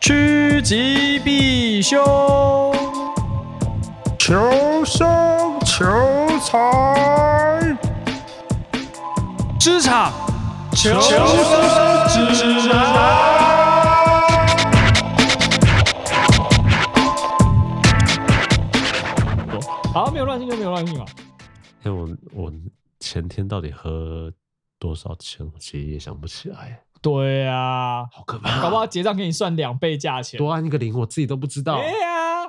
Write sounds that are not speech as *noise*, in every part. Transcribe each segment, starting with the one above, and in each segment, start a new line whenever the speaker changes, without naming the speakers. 趋吉避凶，
求生求财，
职场求
生指南。
好，没有乱性就没有乱性嘛。
哎，我我前天到底喝多少钱？我其实也想不起来，
对啊，
好可怕！
搞不好结账给你算两倍价钱。
多按一个零，我自己都不知道
对啊。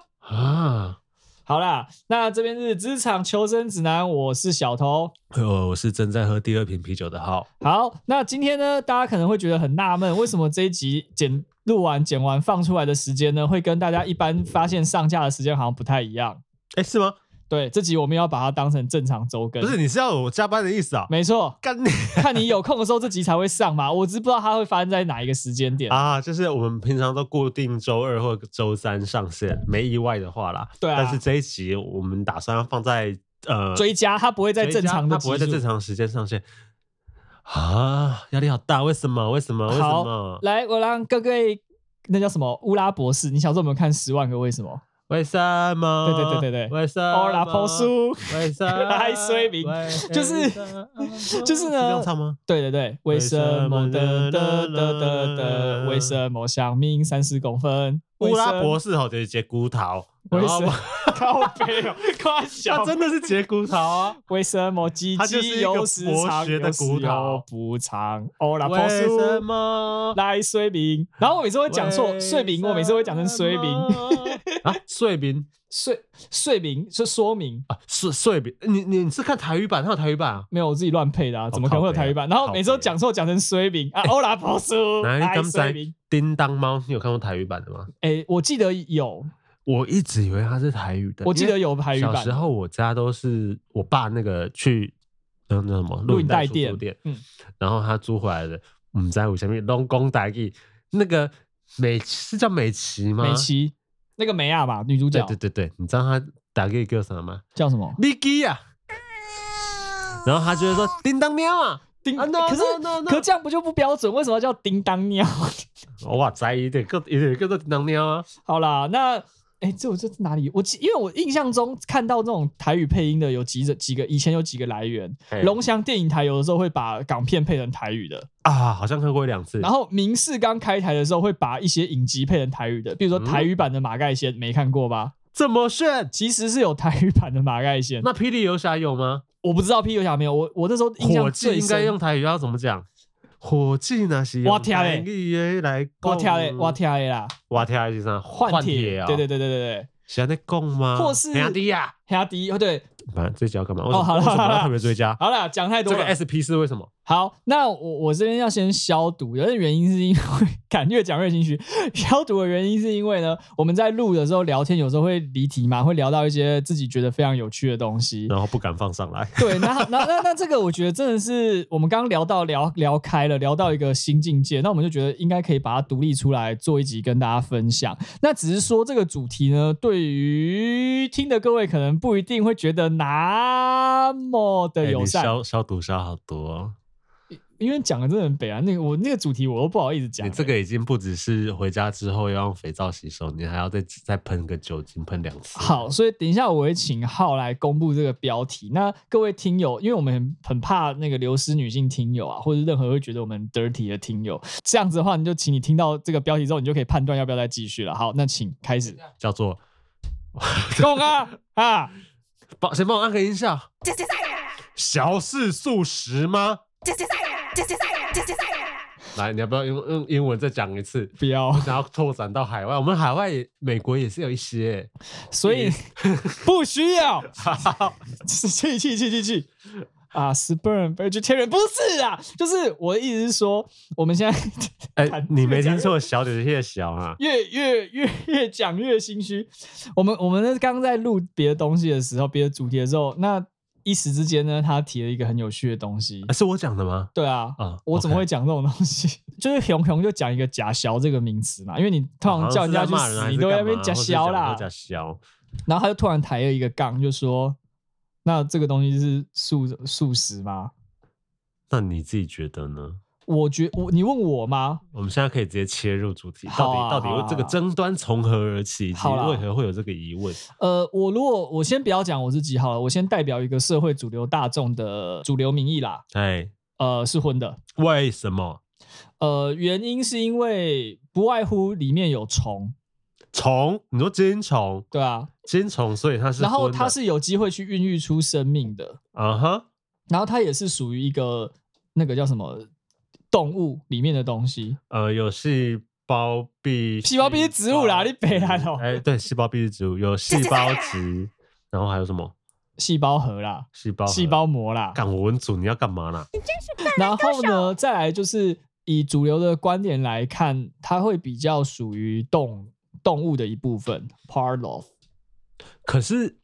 啊。
好啦，那这边是职场求生指南，我是小偷。
呃，我是正在喝第二瓶啤酒的号，
好，那今天呢，大家可能会觉得很纳闷，为什么这一集剪录完、剪完放出来的时间呢，会跟大家一般发现上架的时间好像不太一样？
哎，是吗？
对，这集我们要把它当成正常周更。
不是，，你是要我加班的意思啊？
没错，
干你
看你有空的时候这集才会上嘛。我只不知道它会发生在哪一个时间点。
*laughs* 啊！就是我们平常都固定周二或周三上线，没意外的话啦。
对啊
但是这一集我们打算要放在呃
追加它不会在
追加
正常的
它
集
不
数，
会在正常时间上线啊，压力好大。为什么？为什么？为什
好
么，？
来，我让各位那叫什么乌拉博士，你小时候有没有看《十万个为什么哦
为什么？
对对对对对
为什》？
欧
么？
拉博士，
为什么？
还衰名就是就是呢
这样唱吗？
对对对，为什么的的的的的？为什么想命三十公分？
乌拉博
博
士好像是接骨头，
为
然
什
后
么靠背哦，夸小
他真的是接骨头啊！
为什么鸡
它就是
鸡
一个
有时
博
长
学的
有时
骨头
又不长？欧拉博
为
士
什么？
来睡饼，然后我每次会讲错
为
睡饼，我每次会讲成睡
什
饼，
么啊，碎饼
睡睡饼是说明。
啊，碎碎饼。你你你是看台语版？它有台语版啊？
没有，我自己乱配的啊，怎么可能会有台语版？
靠
然
北啊
后每次都讲错，讲成衰饼啊，欧拉婆叔，
哪里
哎，
刚
衰
才
饼，
叮当猫？你有看过台语版的吗？
哎，我记得有，
我一直以为它是台语的，
我记
因为
得有台语版。
小时候我家都是我爸那个去那那什么
录
录
影
影
带
带输
店
出店，
嗯
然后他租回来的，唔在乎前面龙宫台语那个美是叫美琪吗？
美琪那个梅亚吧，女主
对
角
对对对，你知道他打给叫什么吗
叫什么？
？Vicky 呀、啊，然后他就会说叮当喵啊，
叮，欸
啊，no，
可是
no，no，no
可这样不就不标准？为什么要叫叮当尿？
哇塞，一点个一点个都叮当喵啊，
*laughs* 好啦，那哎，这我这是哪里？我记因为我印象中看到这种台语配音的有几个几个，以前有几个来源。
嘿
龙翔电影台有的时候会把港片配成台语的，
啊，好像看过一两次，
然后明视刚开台的时候，会把一些影集配成台语的，比
嗯
如说台语版的《马盖先》，没看过吧？
这么炫。
其实是有台语版的《马盖先》，
那霹雳游侠有吗？
我不知道 P 有侠没有。我我那时候印象
火
最
计
深
应该用台语要怎么讲？火计那是
我听的
的来讲，
我跳嘞，我跳嘞啦，
我听的是啥？
换
铁啊，
对对对对对对，
是在讲吗？
或是
兄弟呀，
黑迪哦对，
反正追加干嘛？为什么
好了
为什
好
么
了
要特别追加？
好啦，讲太多
这个
了。
SP 是为什么？
好，那我我这边要先消毒，但是原因是因为 *laughs* 感越讲越心虚。消毒的原因是因为呢，我们在录的时候聊天，有时候会离题嘛，会聊到一些自己觉得非常有趣的东西。
然后不敢放上 *laughs* 来。
*laughs* 对，那那那那这个，我觉得真的是我们刚刚聊到聊聊开了，聊到一个新境界，那我们就觉得应该可以把它独立出来做一集跟大家分享。那只是说这个主题呢，对于听的各位可能不一定会觉得那么的
哎
友
你
善，
消消毒消好多哦，
因为讲的真的很北啊。那个我那个主题我都不好意思讲、啊
你这个已经不只是回家之后要用肥皂洗手，你还要再再喷个酒精喷两次。
好，所以等一下我会请浩来公布这个标题。那各位听友，因为我们很很怕那个流失女性听友啊，或者任何会觉得我们 dirty 的听友，这样子的话，你就请你听到这个标题之后，你就可以判断要不要再继续了。好，那请开始。
叫做
懂啊啊！
帮谁帮我按个音效？小事素食吗？来，你要不要用用英文再讲一次？
不要，
然后拓展到海外，我们海外也美国也是有一些。
所以不需要。气气气气气气啊！Sperm vegetarian 不是啊，就是我的意思是说，我们现在
哎、
看
你没听错，小姐姐的小啊，
越越越越讲越心虚。我们我们刚在录别的东西的时候，别的主题的时候，那一时之间呢，他提了一个很有趣的东西
啊。是我讲的吗？
对啊，
啊，
我怎么
OK
会讲这种东西？ *laughs* 就是熊熊就讲一个假小这个名词嘛，因为你通常叫人家去
好像是在骂人啊
死，
还
你
是
都在那
干嘛
边假小
或
啦
是讲说。假小，
然后他就突然抬了一个杠，就说：“那这个东西是素素食吗
那你自己觉得呢？？”
我觉我你问我吗？
我们现在可以直接切入主题，
好
到
啊
底到
好啊
底这个争端从何而起，以及
好啦
为何会有这个疑问？
呃，我如果我先不要讲我自己好了，我先代表一个社会主流大众的主流民意啦。
哎，
呃，是荤的。
为什么
呃，原因是因为不外乎里面有虫，
虫？你说金虫，
对啊，
金虫，所以它是
然后
荤的
它是有机会去孕育出生命的，
啊哈，
然后它也是属于一个那个叫什么动物里面的东西。
呃，有细胞壁，
细胞壁是植物啦
细胞
你北兰哦
哎，对，细胞壁是植物，有细胞
*laughs*
质，然后还有什么
细胞核啦，
细胞？
细胞。膜啦，
干我文组，你要干嘛啦？
然后呢，再来就是以主流的观点来看，它会比较属于动动物的一部分，part of。
可是，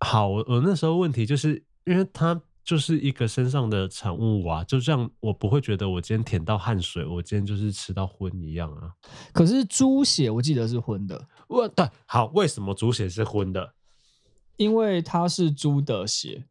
好，我我那时候问题就是因为它就是一个身上的产物啊，就像我不会觉得我今天舔到汗水，我今天就是吃到荤一样啊。
可是猪血我记得是荤的，
我对，好，为什么猪血是荤的？
因为它是猪的血。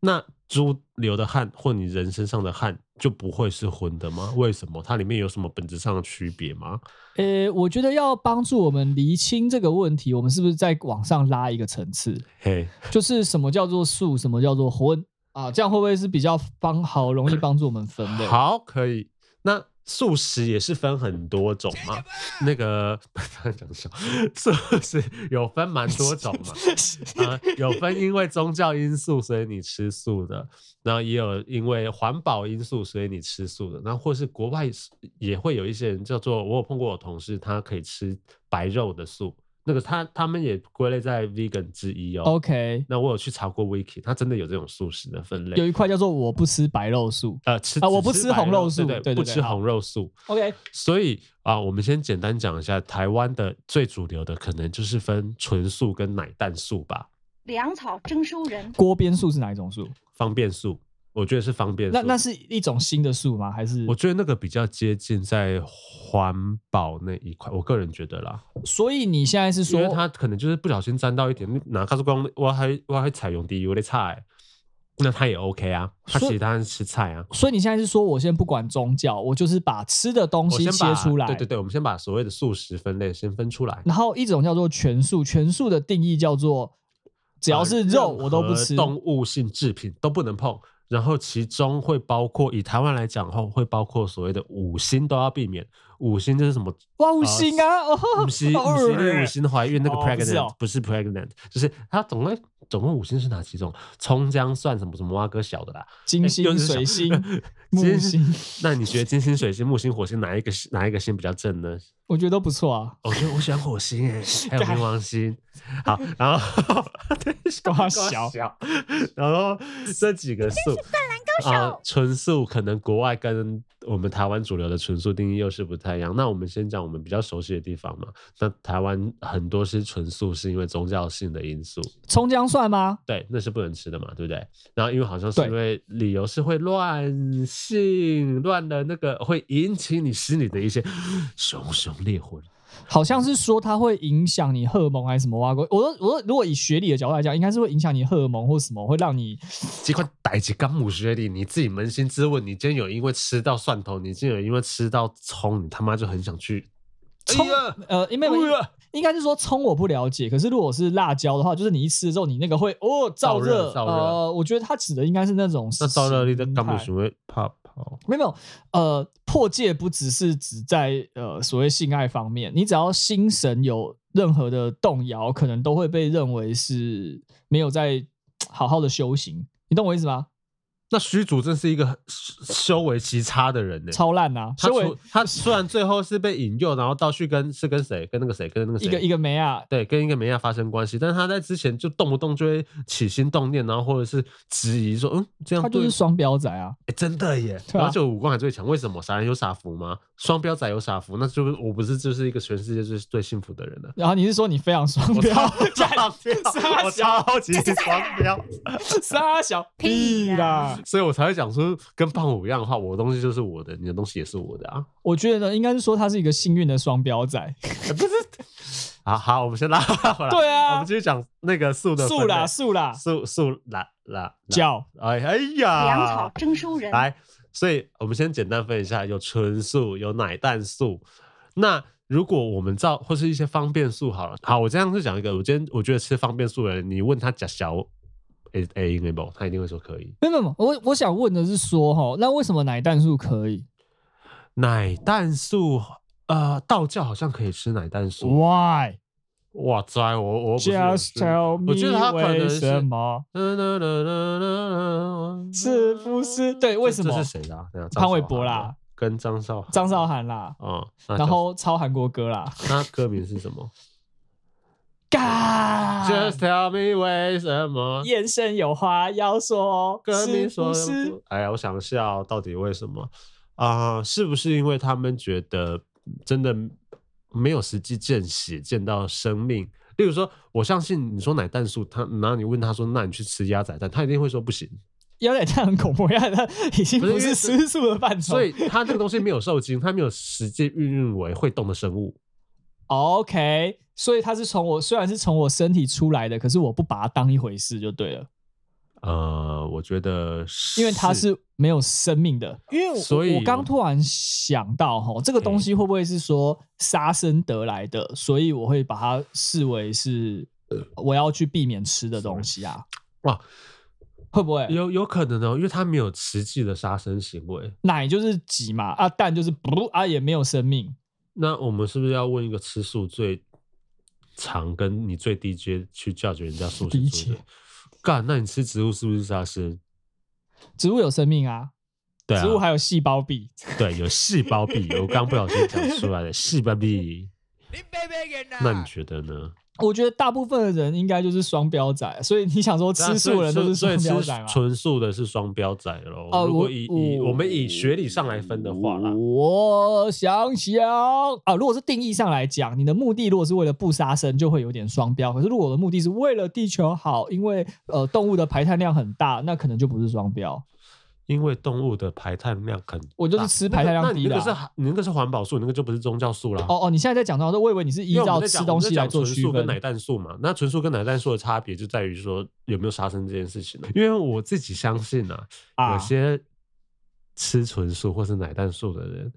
那猪流的汗或你人身上的汗就不会是荤的吗？为什么？它里面有什么本质上的区别吗？
呃，我觉得要帮助我们厘清这个问题，我们是不是再往上拉一个层次？
嘿，
就是什么叫做素，什么叫做荤啊？这样会不会是比较帮好容易帮助我们分类？
好，可以。那素食也是分很多种嘛？那个 *laughs* 讲笑，素食有分蛮多种嘛？啊、有分因为宗教因素所以你吃素的，然后也有因为环保因素所以你吃素的，然后或是国外是也会有一些人叫做，我有碰过我同事，他可以吃白肉的素，那个他他们也归类在 vegan 之一
*laughs*
哦。
OK，
那我有去查过 wiki，它真的有这种素食的分类
有。一块叫做我不吃白肉素。
呃，吃
啊我
只
不吃
白
红肉素
对
对对
不
对
吃
好
红肉素。
OK，
所以啊，我们先简单讲一下台湾的最主流的，可能就是分纯素跟奶蛋素吧，
粮草征收人，
锅边素是哪一种素？
方便素，我觉得是方便素。
那那是一种新的素吗？还是
我觉得那个比较接近在环保那一块，我个人觉得啦，
所以你现在是
因
说
为它可能就是不小心沾到一点，你哪怕是光我还我还采用低我的菜，那它也 OK 啊，它
所以
其他人吃菜啊。
所以你现在是说我先不管宗教，我就是把吃的东
我
西
先把
切出来，
对对对，我们先把所谓的素食分类先分出来。
然后一种叫做全素，全素的定义叫做只要是肉
呃
我都不吃。
任何动物性制品都不能碰。然后其中会包括，以台湾来讲的话，会包括所谓的五星都要避免。五星就是什
*laughs*
么？
哇，五星啊，哦
五星五星对五星怀孕那个
哦不是
pregnant、
哦
不是 pregnant，就是它总共总共五星是哪几种？葱姜蒜什么什么蛙哥小的啦，
金
哎又
星、
是
水星
小、
木
*laughs* 金
星，
那你觉得金星、水星、木星、火星哪一个哪一个星比较正呢？哦
我觉得都不错
*laughs*
啊。
我觉得我喜欢火星哎、还有
干
冥王星。好，然后对，
瓜小
小，然后这几个素啊，纯素可能国外跟我们台湾主流的纯素定义又是不太一样。那我们先讲我们比较熟悉的地方嘛。那台湾很多是纯素，是因为宗教性的因素，
葱姜蒜吗？
对，那是不能吃的嘛，对不对？然后因为好像是
对
因为理由是会乱性，乱了那个会引起你心里的一些 *gasps* 熊熊烈火
好像是说它会影响你荷尔蒙还是什么挖过？我说我说，如果以学理的角度来讲，应该是会影响你荷尔蒙或什么，会让你
这款逮起干母学里，你自己扪心自问，你今天有因为吃到蒜头，你今天有因为吃到葱，你他妈就很想去
葱
哎呀
呃，因为
哎呀
应该是说葱我不了解，可是如果是辣椒的话，就是你一吃之后，你那个会哦燥热，
燥热
呃，我觉得它指的应该是那种
那烧热力的
形
干母
态
学会怕跑。
没有没有，呃，破戒不只是只在呃所谓性爱方面，你只要心神有任何的动摇，可能都会被认为是没有在好好的修行，你懂我意思吗？
那虚竹真是一个修为极差的人呢、
超烂呐、啊，
他
修为
除他虽然最后是被引诱，然后到去跟是跟谁，跟那个谁，跟那个谁，
一个一个没啊，
对，跟一个美亚发生关系，但是他在之前就动不动就会起心动念，然后或者是质疑说，嗯，这样
他就
对
是双标仔啊。
哎、真的耶！
*laughs* 对啊
然后就武功还最强，为什么？傻人有傻福吗？双标仔有傻福，那就我不是就是一个全世界最最幸福的人了。
然后你是说你非常双
我
标
超，
干
*laughs* 双
*laughs*
标，
傻
我
小
超级双标，
傻小 *laughs* 屁啦！
所以我才会讲出跟胖虎一样的话，我的东西就是我的，你的东西也是我的啊！
我觉得应该是说他是一个幸运的双标仔，
好好，我们先拉回来。
对
我
啊
们继，续讲那个素的
素
分
啦
类
素啦，
素素啦啦啦
叫
哎哎
粮草
呀，
征收人，
来所以我们先简单分一下，有纯素，有奶蛋素。那如果我们照或是一些方便素好了，好，我这样就讲一个，我今天我觉得吃方便素的人，你问他假小 A A n a b l e 他一定会说可以。
没有没有没有，我我想问的是说哈，那为什么奶蛋素可以？
奶蛋素，呃，道教好像可以吃奶蛋素。
Why?
哇塞，我我不是很
Just
吃
tell me
我觉得他可能
为
是
什么？是不是对为什么
这这是谁的啊？等一下
潘玮柏啦，
张韶涵跟张韶涵
张韶涵啦，
哦，那
然
叫
后抄韩国歌啦，
那歌名是什么
干
？Just tell me 为什么？
眼神有话要说，
歌
是
名说
不是？
哎呀，我想一下哦，到底为什么啊、是不是因为他们觉得真的没有实际见血，见到生命？例如说，我相信你说奶蛋素，他然后你问他说，那你去吃鸭仔蛋，他一定会说不行。
有点像很恐怖，因为它已经不
不是因为
是
是
吃素的 *laughs* 范畴。
所以它这个东西没有受精，它没有实际孕育为会动的生物。
OK，所以它是从我虽然是从我身体出来的，可是我不把它当一回事就对了，
呃，我觉得
因为它是没有生命的。因为我
所以
我刚突然想到，哈，这个东西会不会是说杀生得来的？所以我会把它视为是我要去避免吃的东西啊？
呃哇，
会不会
有有可能哦，因为它没有实际的杀生行为。
奶就是挤嘛，啊蛋就是不啊也没有生命。
那我们是不是要问一个吃素最长跟你最低阶去教决人家素食
低
主义
阶？
干，那你吃植物是不是杀生？
植物有生命啊，
对啊
植物还有细胞壁。
对，有细胞壁，我刚不小心讲出来的细胞壁。那你觉得呢？
我觉得大部分的人应该就是双标仔，啊所以你想说吃素的人都是
啊
双
所以
标
所
仔
以吃
吗？
纯素的是双标仔喽。
哦
如果
我
以以
我
我们以学理上来分的话啦，
我想想啊，如果是定义上来讲，你的目的如果是为了不杀生，就会有点双标。可是如果我的目的是为了地球好，因为呃动物的排碳量很大，那可能就不是双标。
因为动物的排碳量很大，
我就是吃排碳量
那个
低的啊
那你那个是你那个是环保素，你那个就不是宗教素啦。
哦哦，你现在在讲到说，我以为你是依
因为我
照
们在
吃
讲
东西来做
我们
区
在讲纯素
分
跟。奶蛋素嘛，那纯素跟奶蛋素的差别就在于说有没有杀生这件事情呢因为我自己相信啊，
啊
有些吃纯素或是奶蛋素的人，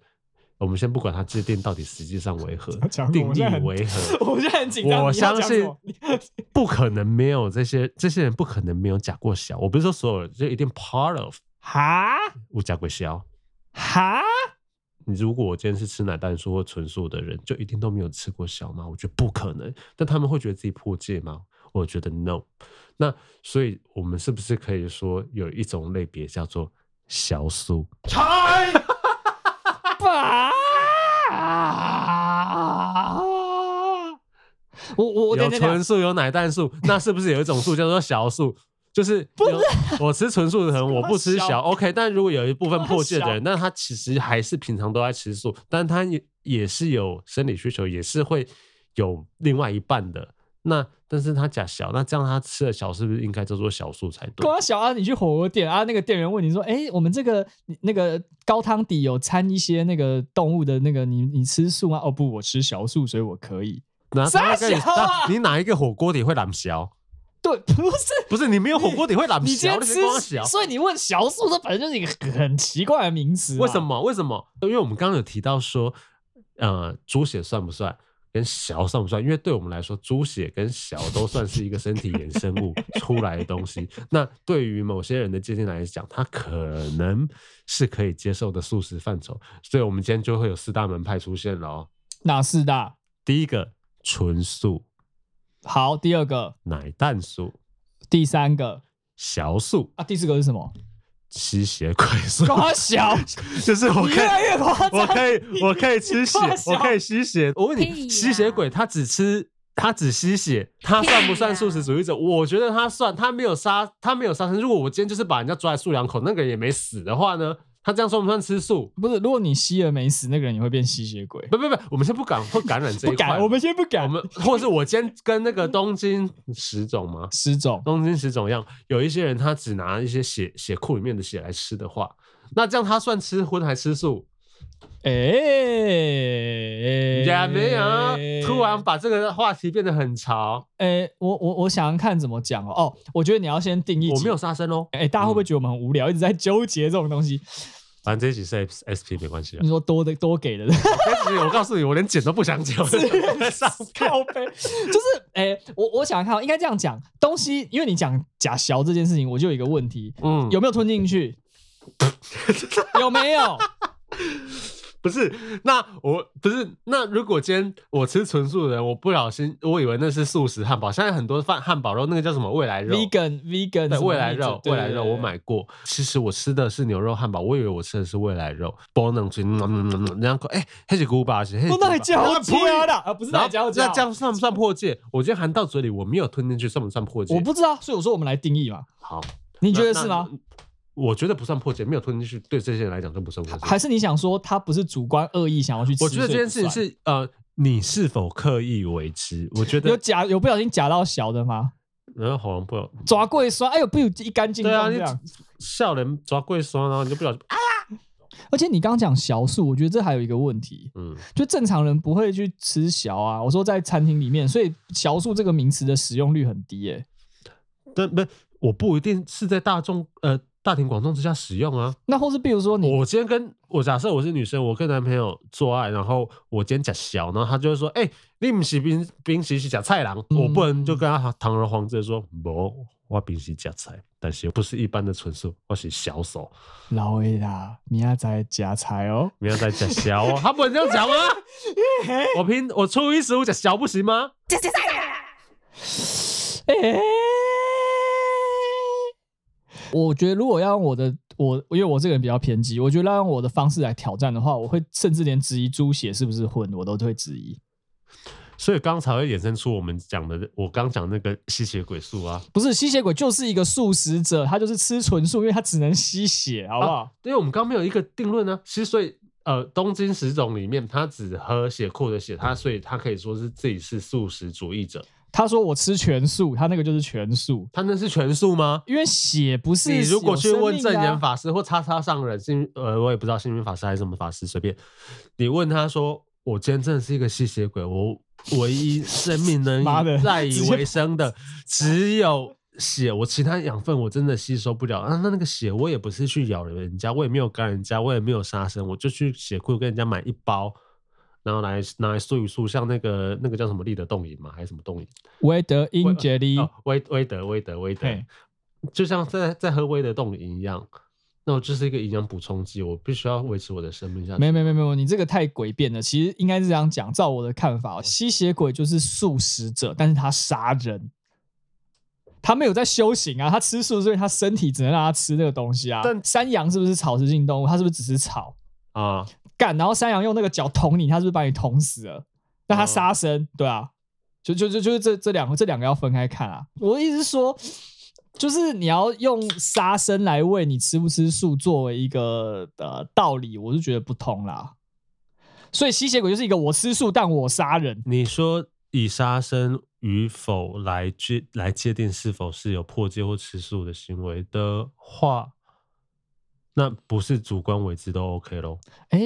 我们先不管他制定到底实际上为 *laughs* 何
讲什么我
定义
现在很，
为何
*laughs* 我现在很紧张，
*laughs* 我
你要
相
讲什
信
么
*laughs* 不可能没有这些这些人不可能没有假过小，我不是说所有人，就一定 part of
哈
我假过小。
哈，
你如果我今天是吃奶蛋素或纯素的人，就一定都没有吃过小吗？我觉得不可能。但他们会觉得自己破戒吗？我觉得 no。那所以，我们是不是可以说有一种类别叫做小素？
爸。我我我
有
等等等
纯素，有奶蛋素，那是不是有一种素叫做小素？就是不我吃纯素
*laughs*
的人，我不吃
什么小
小。OK，但如果有一部分破戒的
什
人，那他其实还是平常都在吃素，但他也也是有生理需求，也是会有另外一半的。那但是他假小，那这样他吃的小是不是应该叫做小素才对？
光啊小安，你去火锅店啊，那个店员问你说：“哎、我们这个你那个高汤底有掺一些那个动物的那个，你你吃素吗？”哦，不，我吃小素，所以我可以。
那他跟你
傻小啊
那你哪一个火锅底会懒小？
对， *laughs* 不是
不是你没有火锅底会懒
你今天
小，那是
吃
光小，
所以你问小素，这本身就是一个很奇怪的名词。
为什？么？为什么？因为我们刚刚有提到说，呃，猪血算不算？跟小算不算？因为对我们来说，猪血跟小都算是一个身体衍生
*laughs*
物出来的东西。那对于某些人的界定来讲，他可能是可以接受的素食范畴。所以，我们今天就会有四大门派出现了哦。
哪四大？
第一个纯素、
好，第二个，
奶蛋素、
第三个
小素、
啊，第四个是什 *laughs* 么？
吸血鬼素，
光 *laughs* 小，
*laughs* 就是我
你越
看
来越夸张。
我
*laughs*
可以，我可以吃血
夸，张
我可以吸血。我问
屁
你，
呀
吸血鬼他只吃，他只吸血，他算不算素食主义者？我觉得他算，他没有杀，他没有杀生。如果我今天就是把人家抓来漱两口，那个人也没死的话呢，他这样算不算吃素？
不是，如果你吸了没死，那个人也会变吸血鬼。
不不不，我们先不敢会感染
*laughs*
这
不
一块。
敢，我们先不
我
敢。
们或者是我今天跟那个东京十种吗？
十种，
东京十种一样，有一些人他只拿一些血血库里面的血来吃的话，那这样他算吃荤还吃素？
哎、
也没有，突然把这个话题变得很潮。
哎、我我我想想看怎么讲哦。哦，我觉得你要先定义。
我没有。杀生哦，
哎、大家会不会觉得我们很无聊，一直在纠结这种东西？
反正这一集是 S- SP 没关系的
你。说多的多给
*laughs*
的， *laughs*
这一集我告诉你，我连剪都不想剪，我就想在上片。
靠背，就是哎、我我想看，应该这样讲，东西，因为你讲假小这件事情，我就有一个问题，
嗯，
有没有吞进去？有没
*laughs*
有？
不是，那我不是，那如果今天我吃纯素的人，我不小心我以为那是素食汉堡，现在很多饭汉堡肉，那个叫什么未来肉
vegan vegan
对，
什么
未来
那种
肉，
对
未来肉
对
我买过。其实我吃的是牛肉汉堡，我以为我吃的是未来肉。包能吃，嗯嗯嗯嗯然后哎，黑起古巴是，
不那还
然
交
后噗
加的啊，不是
然
那
后
交加
那这，样算不算破戒？我今天含到嘴里，我没有吞进去，算不算破戒？
我不知道，所以我说我们来定义嘛，
好，
你
你
觉得是吗？？
我觉得不算破戒，没有吞进去，对这些人来讲就不算破戒。
还是你想说他不是主观恶意想要去吃？
我觉得这件事情
所以
是呃，你是否刻意为之？我觉
不算有
得，
假有不小心夹到小的吗？
然后好像不好，
抓贵酸，哎呦，不一干净
对啊，
这
你
样。
笑人抓贵酸，然后你就不小心，
而且你刚刚讲小数，我觉得这还有一个问题，
嗯，
就正常人不会去吃小啊。我说在餐厅里面，所以小数这个名词的使用率很低耶、
但不，我不一定是在大众呃大庭广众之下使用啊。
那或是比如说你，
我今天跟我假设我是女生，我跟男朋友做爱，然后我今天假小，然后他就会说：“哎、你不是冰冰洗是假菜郎。
嗯
我不能就跟他堂而皇之的说：“不，我冰洗假菜，但是不是一般的纯素，我是小手，
老魏啦，明仔载夹菜哦。
不要再假小哦。”他不能这样讲吗？我平我初一十五假小不行吗？
哎、 *laughs* 我觉得如果要用我的我，因为我这个人比较偏激，我觉得要用我的方式来挑战的话，我会甚至连质疑猪血是不是混，我都会质疑。
所以刚才会衍生出我们讲的，我刚讲那个吸血鬼术啊，
不是吸血鬼就是一个素食者，他就是吃纯素，因为他只能吸血，
啊
好不好？
因为我们刚没有一个定论呢、其实所以呃，东京十种里面，他只喝血库的血，他所以他可以说是自己是素食主义者。
他说我吃全素，他那个就是全素，
他那是全素吗？
因为血不是、
你如果去问正言
法，
法师或叉叉上人星，呃，我也不知道星云法师还是什么法师，随便你问他说，我今天真的是一个吸血鬼，我唯一生命
妈的
能赖
直
以
接
为生的只有血，我其他养分我真的吸收不了啊。那那个血我也不是去咬人家，我也没有干人家，我也没有杀生，我就去血库跟人家买一包。然后来拿来漱一漱，像那个那个叫什么立德冻饮嘛，还是什么冻饮？
韦德英杰利
哦，威威德威德威德
嗯嘿，
就像在在喝威德冻饮一样。那我就是一个营养补充剂，我必须要维持我的生命下去。
没有没有没有没有，你这个太诡辩了。其实应该是这样讲，照我的看
嗯
法哦，吸血鬼就是素食者，但是他杀人，他没有在修行啊，他吃素，所以他身体只能让他吃这个东西啊。
但
山羊是不是草食性动物？它是不是只吃草
啊，
干？然后山羊用那个脚捅你，它是不是把你捅死了？那它
哦
杀生，对啊，就就就就是这这两个这两个要分开看啊。我的意思是说。就是你要用杀生来为你吃不吃素作为一个呃道理，我是觉得不通啦。所以吸血鬼就是一个我吃素，但我杀人。
你说以杀生与否来界来界定是否是有破戒或吃素的行为的话，那不是主观为之都 OK 咯。
哎、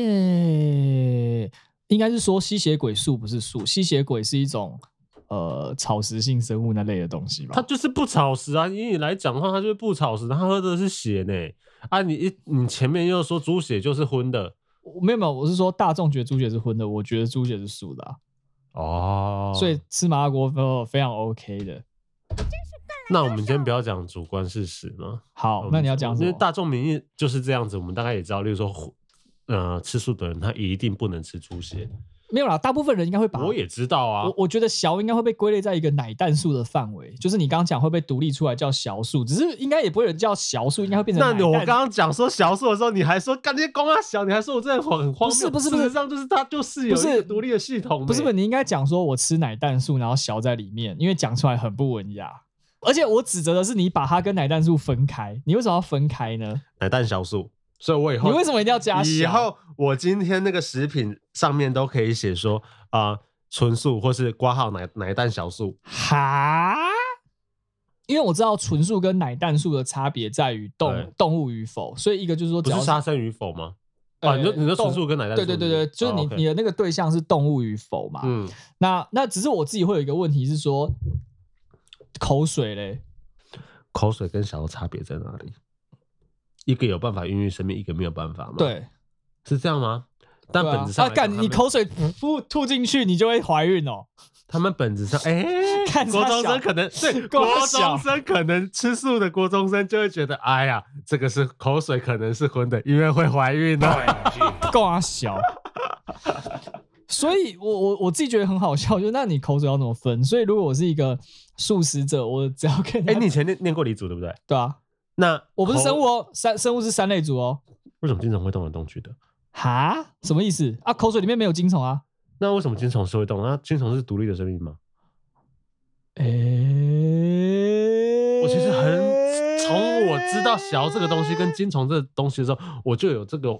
应该是说吸血鬼素不是素，吸血鬼是一种呃草食性生物那类的东西吧？
他就是不草食啊！以你来讲的话，他就是不草食，他喝的是血呢。啊你，一你前面又说猪血就是荤的
我没有没有，我是说大众觉得猪血是荤的，我觉得猪血是素的啊、
哦，
所以吃麻辣锅哦非非常 OK 的。
那我们今天不要讲主观事实嘛。
好
我，
那
们
你要讲什
因为
么？
大众民意就是这样子，我们大概也知道，例如说，呃，吃素的人他一定不能吃猪血，
没有啦，大部分人应该会把
我也知道啊
我。我觉得小应该会被归类在一个奶蛋素的范围，就是你刚刚讲会被独立出来叫小数，只是应该也不会有人叫小数，应该会变成
那
奶
你我
蛋。
刚刚讲说小数的时候，你还说干那些公啊小，你还说我这很荒很荒
不是
谬
不是不是
事实上就是他就是有
不是
一个独立的系统的，欸
不是不是，你应该讲说我吃奶蛋素，然后小在里面，因为讲出来很不文雅。而且我指责的是你把它跟奶蛋素分开，你为什么要分开呢？
奶蛋小数，所以我以
你
后
为什么一定要加小？
以后我今天那个食品上面都可以写说啊、纯素或是挂号奶奶蛋小素，
哈，因为我知道纯素跟奶蛋素的差别在于动
对
动物与否，所以一个就是说
不
只要
是杀生与否吗？
呃
啊，你说你说纯素
动
跟奶蛋
对
素，
对对对，就是
哦
你、
，OK
你的那个对象是动物与否嘛？
嗯。
那那只是我自己会有一个问题是说，口水嘞，
口水跟小的差别在哪里？一个有办法孕育生命，一个没有办法吗？，
对，
是这样吗？嗯但
对啊
本质上
啊，
来讲，
干
他
你
们
口水吐吐进去，你就会怀孕哦。
他们
*laughs*
本质上，哎、
看
国
他
中
小
生可能
*laughs*
对
国
国
小
中生可能吃素的国中生就会觉得，哎呀，这个是口水可能是荤的，因为会怀孕呢、
够啊
*laughs*
小。所以我，我我自己觉得很好笑，就是那你口水要怎么分？所以，如果我是一个素食者，我只要跟
哎、
他
你以前念念过理组对不对？
对啊，
那
我不是
口
生物，哦，三生物是三类族哦。
为什么经常会动来动去的？
哈，什么意思啊？口水里面没有精虫啊？
那为什么金虫是会动？那金虫是独立的生命吗？
哎、
我其实很从我知道小这个东西跟金虫这个东西的时候，我就有这个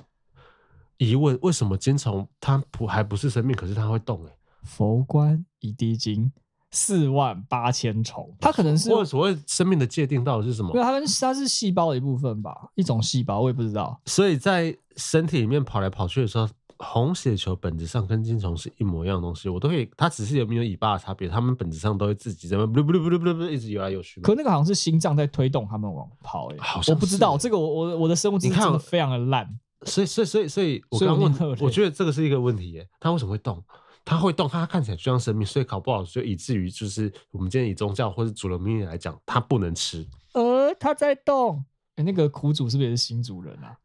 疑问：为什么金虫它不还不是生命，可是它会动、欸？
佛观一滴精，四万八千虫，它可能是哦啊
或者所谓生命的界定到底是什么
因为？它跟它是细胞的一部分吧，一种细胞，我也不知道。
所以在身体里面跑来跑去的时候，红血球本质上跟金虫是一模一样的东西，我都可以，它只是有没有尾巴的差别，它们本质上都会自己在那边不噜不噜不噜不噜一直游来游去嘛。
可那个好像是心脏在推动他们往跑、欸，
好
我
像
不知
是
道
欸
这个我，我我的生物知
你
识
看
真的
我
非常的烂。
所以所以所以所以，我
所以
刚
我
刚
念二
问
类，
我觉得这个是一个问题耶，它为什么会动？它会动，它看起来就像生命，所以搞不好就以至于就是我们今天以宗教或者主流命运来讲，它不能吃，
呃，它在动。哎、那个苦主是不是也是新主人啊？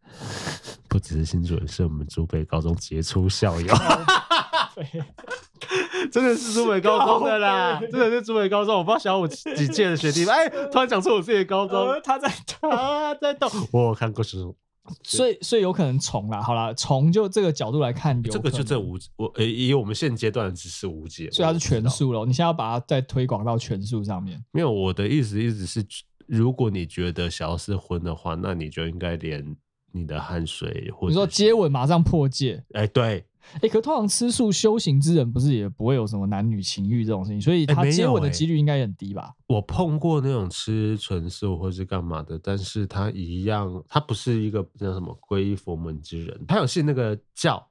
不只是新主人，是我们竹北高中杰出校友， *laughs*
对，
真的是竹北高中的啦，真的是竹北高中，我不知道小五几届的学弟，哎，突然讲出我自己的高中
呃，它在动。
啊，在动，我有看过这种，
所以，所以有可能虫啦。好啦，虫就这个角度来看有可能，
这个就这无我呃以我们现阶段的知识无解，
所以它是全
数。
数咯，你现在要把它再推广到全数上面。
没有，我的意思意思是，如果你觉得小是荤的话，那你就应该连你的汗水或者
你说
是
接吻马上破戒，
哎、对，
哎、可通常吃素修行之人不是也不会有什么男女情欲这种事情，所以
哎
他
没
接
有
吻的
哎
几率应该也很低吧？
我碰过那种吃纯素或是干嘛的，但是他一样，他不是一个叫什么皈依佛门之人，他有信那个教，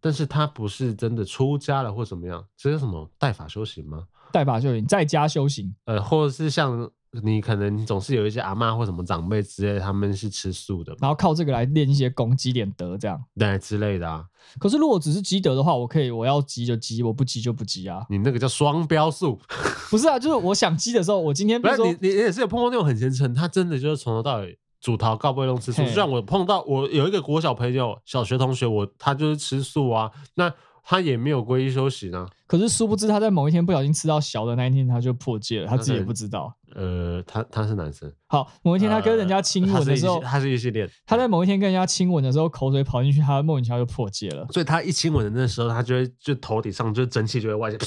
但是他不是真的出家了或怎么样，这叫什么代法修行吗？
代法修行，在家修行，
呃，或者是像你可能总是有一些阿嬷或什么长辈之类，他们是吃素的嘛，
然后靠这个来练一些功，积点德这样。
对之类的啊，
可是如果只是积德的话，我可以，我要积就积，我不积就不积啊。
你那个叫双标素。
不是啊，就是我想积的时候，我今天比
不
如
是
说
你，你也是有碰到那种很虔诚，他真的就是从头到尾煮桃告不会弄吃素。
嘿
虽然我碰到我有一个国小朋友、小学同学，我他就是吃素啊，那他也没有皈依修行啊。
可是殊不知他在某一天不小心吃到小的那一天，他就破戒了，他自己也不知道。
呃，他他是男生，呃
好，某一天他跟人家亲吻的时候，
呃他是异性恋，
他在某一天跟人家亲吻的时候，口水跑进去，他莫名其妙就破戒
*laughs*
了，
所以他一亲吻的那时候，他就会就头顶上就蒸汽就会外泄。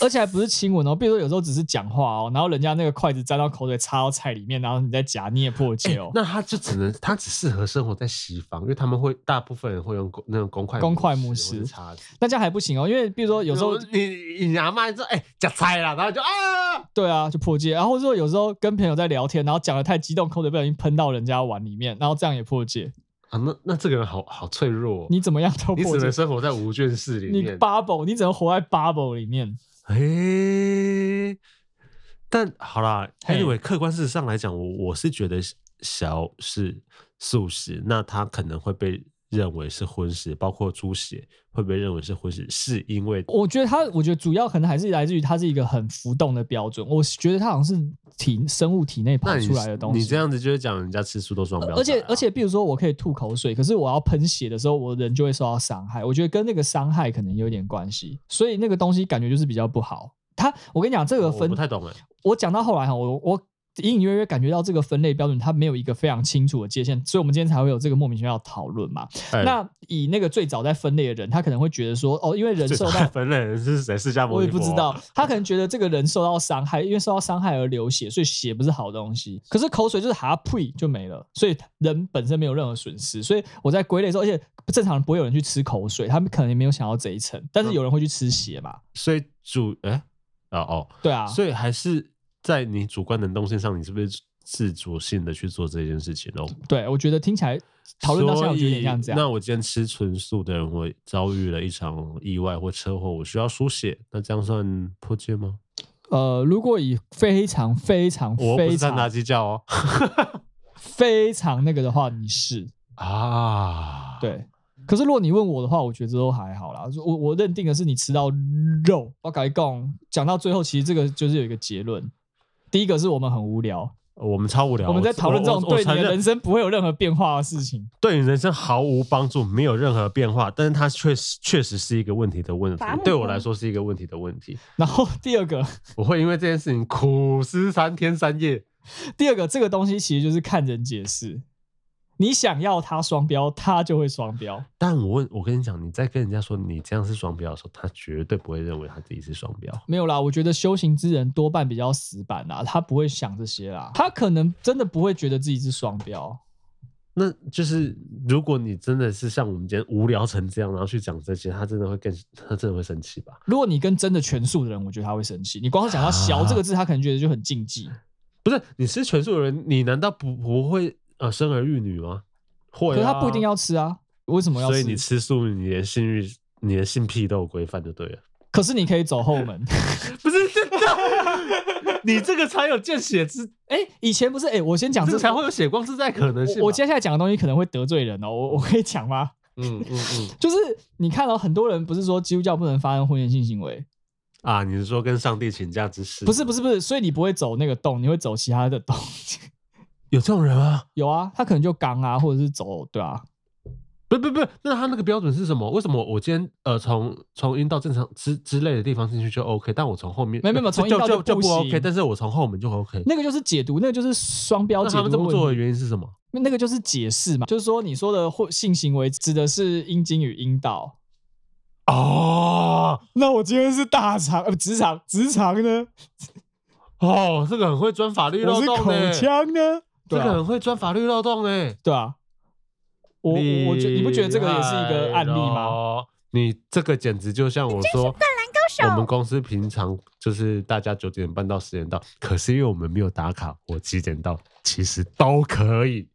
而且还不是亲吻哦，比如说有时候只是讲话哦，然后人家那个筷子沾到口水插到菜里面，然后你再夹，你也破戒哦。
*laughs* 那他就只能，他只适合生活在西方，因为他们会大部分人会用公那种公筷
公筷母
或者
匙
叉子。
那这样还不行哦，因为比如说有时候
你你阿妈说哎夹菜啦，然后就啊，
对啊就破戒，然后或者说有时候跟朋友在聊天，然后讲的太激动，口水不小心喷到人家碗里面，然后这样也破戒。
啊，那那这个人好好脆弱、哦，
你怎么样都
你
破
只
戒
能，生活在无菌室里
你
面。
bubble，你只能活在 bubble 里面。
诶，但好啦
嘿
，anyway，客观事实上来讲，我我是觉得小是素食，那他可能会被认为是荤食，包括猪血会被认为是荤食，是因为
我觉得它，我觉得主要可能还是来自于它是一个很浮动的标准。我觉得它好像是体生物体内跑
那你
出来的东西。呃
你这样子就是讲人家吃素都双标、啊
而且而，且，比如说我可以吐口水，可是我要喷血的时候，我人就会受到伤害。我觉得跟那个伤害可能有点关系，所以那个东西感觉就是比较不好。它，我跟你讲，这个
我
分
不太懂哎、
我讲到后来哈，我我隐隐约约感觉到这个分类标准它没有一个非常清楚的界限，所以我们今天才会有这个莫名其妙的讨论嘛。
哎
那以那个最早在分类的人，他可能会觉得说，哦，因为人
最
受
早
到
哎 *laughs* 分类的人是谁？释迦牟
我
尼
也不
佛啊
知道，他可能觉得这个人受到伤害，因为受到伤害而流血，所以血不是好东西。可是口水就是哈呸就没了，所以人本身没有任何损失。所以我在归类之后，而且正常人不会有人去吃口水，他们可能也没有想到这一层，但
嗯
是有人会去吃血嘛？
所以主哎、哦哦，
对啊，
所以还是在你主观能动性上，你是不是自主性的去做这件事情哦？
对我觉得听起来讨论到现在，我觉得有点像这
所以那
样。
我今天吃纯素的人，我遭遇了一场意外或车祸，我需要输血，那这样算破戒吗？
呃，如果以非常非常
我又不
非
是三
常 *laughs*
打鸡叫哦，
非常那个的话，你是
啊，，
对。可是如果你问我的话，我觉得这都还好啦。我我认定的是你吃到肉，我改讲讲到最后，其实这个就是有一个结论。第一个是我们很无聊，
我们超无聊，
我们在讨论这种
我我
对你
承
的
认
人生不会有任何变化的事情。
对你人生毫无帮助，没有任何变化，但是它确实确实是一个问题的问题
伐木，
对
工
我来说是一个问题的问题，
然后第二个，
我会因为这件事情苦思三天三夜。
第二个这个东西其实就是看人解释。你想要它双标，它就会双标。
但我问，我跟你讲，你在跟人家说你这样是双标的时候，他绝对不会认为他自己是双标。
没有啦，我觉得修行之人多半比较死板啦，他不会想这些啦，他可能真的不会觉得自己是双标。
那就是如果你真的是像我们今天无聊成这样，然后去讲这些，他真的会更，他真的会生气吧？
如果你跟真的全素的人，我觉得他会生气。你光是讲到“
啊
小”这个字，他可能觉得就很禁忌。
不是，你是全素人，你难道不不会呃生儿育女吗？会、啊，
可是他不一定要吃啊， *laughs* 为什么要
所以
吃？
你吃素，你连性欲、你的性癖都有规范就对了。
可是你可以走后门。
不是真的， *laughs* 你这个才有见血之，
哎、以前不是哎、我先讲
这
这
个才会有血光之灾可能性吧。
我我接下来讲的东西可能会得罪人哦，我我可以讲吗？
嗯嗯嗯
就是你看到、很多人不是说基督教不能发生婚前性行为，
啊，你是说跟上帝请假之事？
不是不是不是，所以你不会走那个洞，你会走其他的洞。 *laughs*
有这种人啊？
有啊，他可能就刚啊，或者是走对啊，
不不不，那他那个标准是什么？为什么我今天呃从从阴道正常之之类的地方进去就 OK，但我从后面
没没没
呃
从阴
就
道
就
就
就
不
不
行
OK，但是我从后门就 OK。
那个就是解读，那个就是双标
那
解
他
读
们
的
这
问
么
题。
做的原因是什么？
那个就是解释嘛，就是说你说的或性行为指的是阴茎与阴道。
哦
那我今天是大肠呃直肠，直肠呢？
哦，这个很会钻法律
我
漏
是
洞
口
呢，
腔啊呢？
这
对
个
啊，
很会钻法律漏洞哎。
对啊。我我我觉得你不觉得这个也是一个案例
哦
吗？？
你这个简直就像我说，我们公司平常就是大家九点半到十点到，可是因为我们没有打卡，我几点到其实都可以。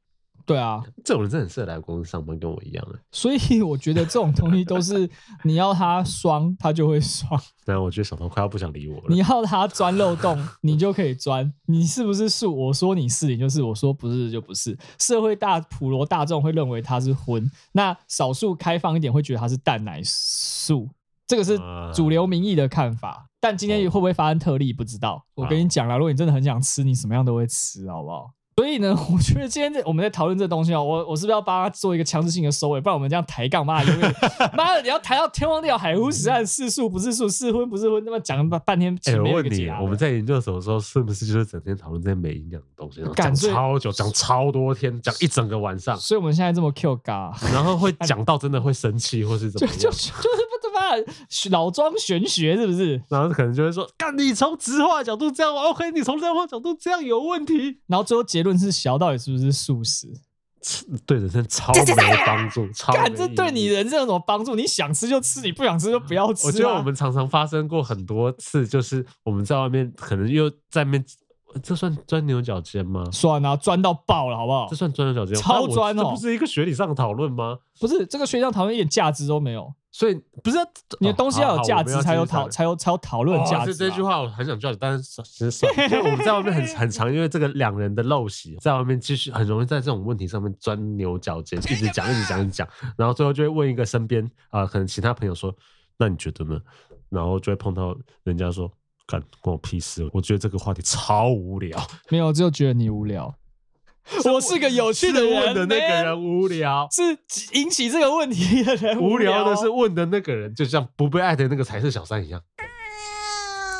对啊，
这种人真的很适合来公司上班，跟我一样哎。
所以我觉得这种东西都是你要他双，他就会双；
然后我觉得小头快要不想理我
你
了。哎
要他钻漏
*laughs*
洞，你就可以钻。你是不是素？我说你是，你就是；我说不是，就不是。社会大普罗大众会认为它是荤，那少数开放一点会觉得它是蛋奶素，这个是
啊哦
主流民意的看法。但今天会不会发生特例，不知道。我跟你讲啦，如果你真的很想吃，你什么样都会吃，好不好？所以呢，我觉得今天这我们在讨论这东西哦，我我是不是要帮他做一个强制性的收尾？不然我们这样抬杠，妈的，永远妈的，你要抬到天荒地老、海枯石烂、是素不是素、是婚不是婚，他妈讲了半天，
哎、
没
我
有一
问
个
你
解，答
我们在研究所的时候，是不是就是整天讨论这些没营养的东西，然后讲
干所以
超久，讲超多天，讲一整个晚上，
所以我们现在这么 Q 嘎，
然后会讲到真的会生气，或是怎
就
么
*laughs* 就就
样？
是不他妈老庄玄学是不是？
然后可能就会说：“干，你从直化角度这样，OK，你从量化角度这样有问题。
然后最后结论是小到底是不是素食？”
对人生超没帮助，超没
干这对你
意义。
人生有什么帮助？你想吃就吃，你不想吃就不要吃、啊。
我觉得我们常常发生过很多次，就是我们在外面可能又在面，这算钻牛角尖吗？
算啊，钻到爆了，好不好
这？算钻牛角尖吗？
超
但我
钻哦
这不是一个学理上的讨论吗？
不是这个学校讨论一点价值都没有，
所以不是啊
你的东西
哦好
要有
好
价
我们
值
要
才有
继续
讨
讨论
才有才有讨论价值、
哦
啊
这这句，话我很想叫你，但是其实算了，因为我们在 *laughs* 外面很很常，因为这个两人的陋习，在外面继续很容易在这种问题上面钻牛角尖，一直讲，一直讲，一直讲，然后最后就会问一个身边啊、呃可能其他朋友说，那你觉得呢？然后就会碰到人家说，干关我屁事，我觉得这个话题超无 *laughs* 聊，
没有，只有觉得你无
*laughs*
聊。我是个有趣的
是
人，
问的那个
man
人无聊。
是引起这个问题的人
无聊
聊
的是问的那个人，就像不被爱的那个才是小三一样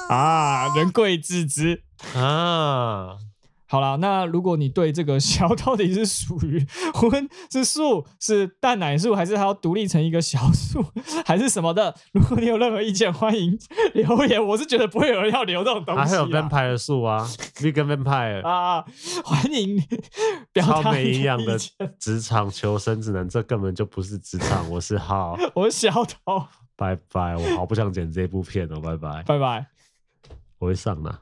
啊，人贵自知。
啊！
好啦，那如果你对这个小到底是属于荤是素是蛋奶素，还是它要独立成一个小素，还是什么的？如果你有任何意见，欢迎留言。我是觉得不会有人要留这种东西啦。
还有 vampire 的树啊，vegan vampire
啊，欢迎表达
超
你
没营养
的
的
意见。
职场求生指南，这根本就不是职场。我是 *laughs* 浩，
我是小头，
拜拜，我好不想剪这部片哦，拜拜，
拜拜。
我会上的。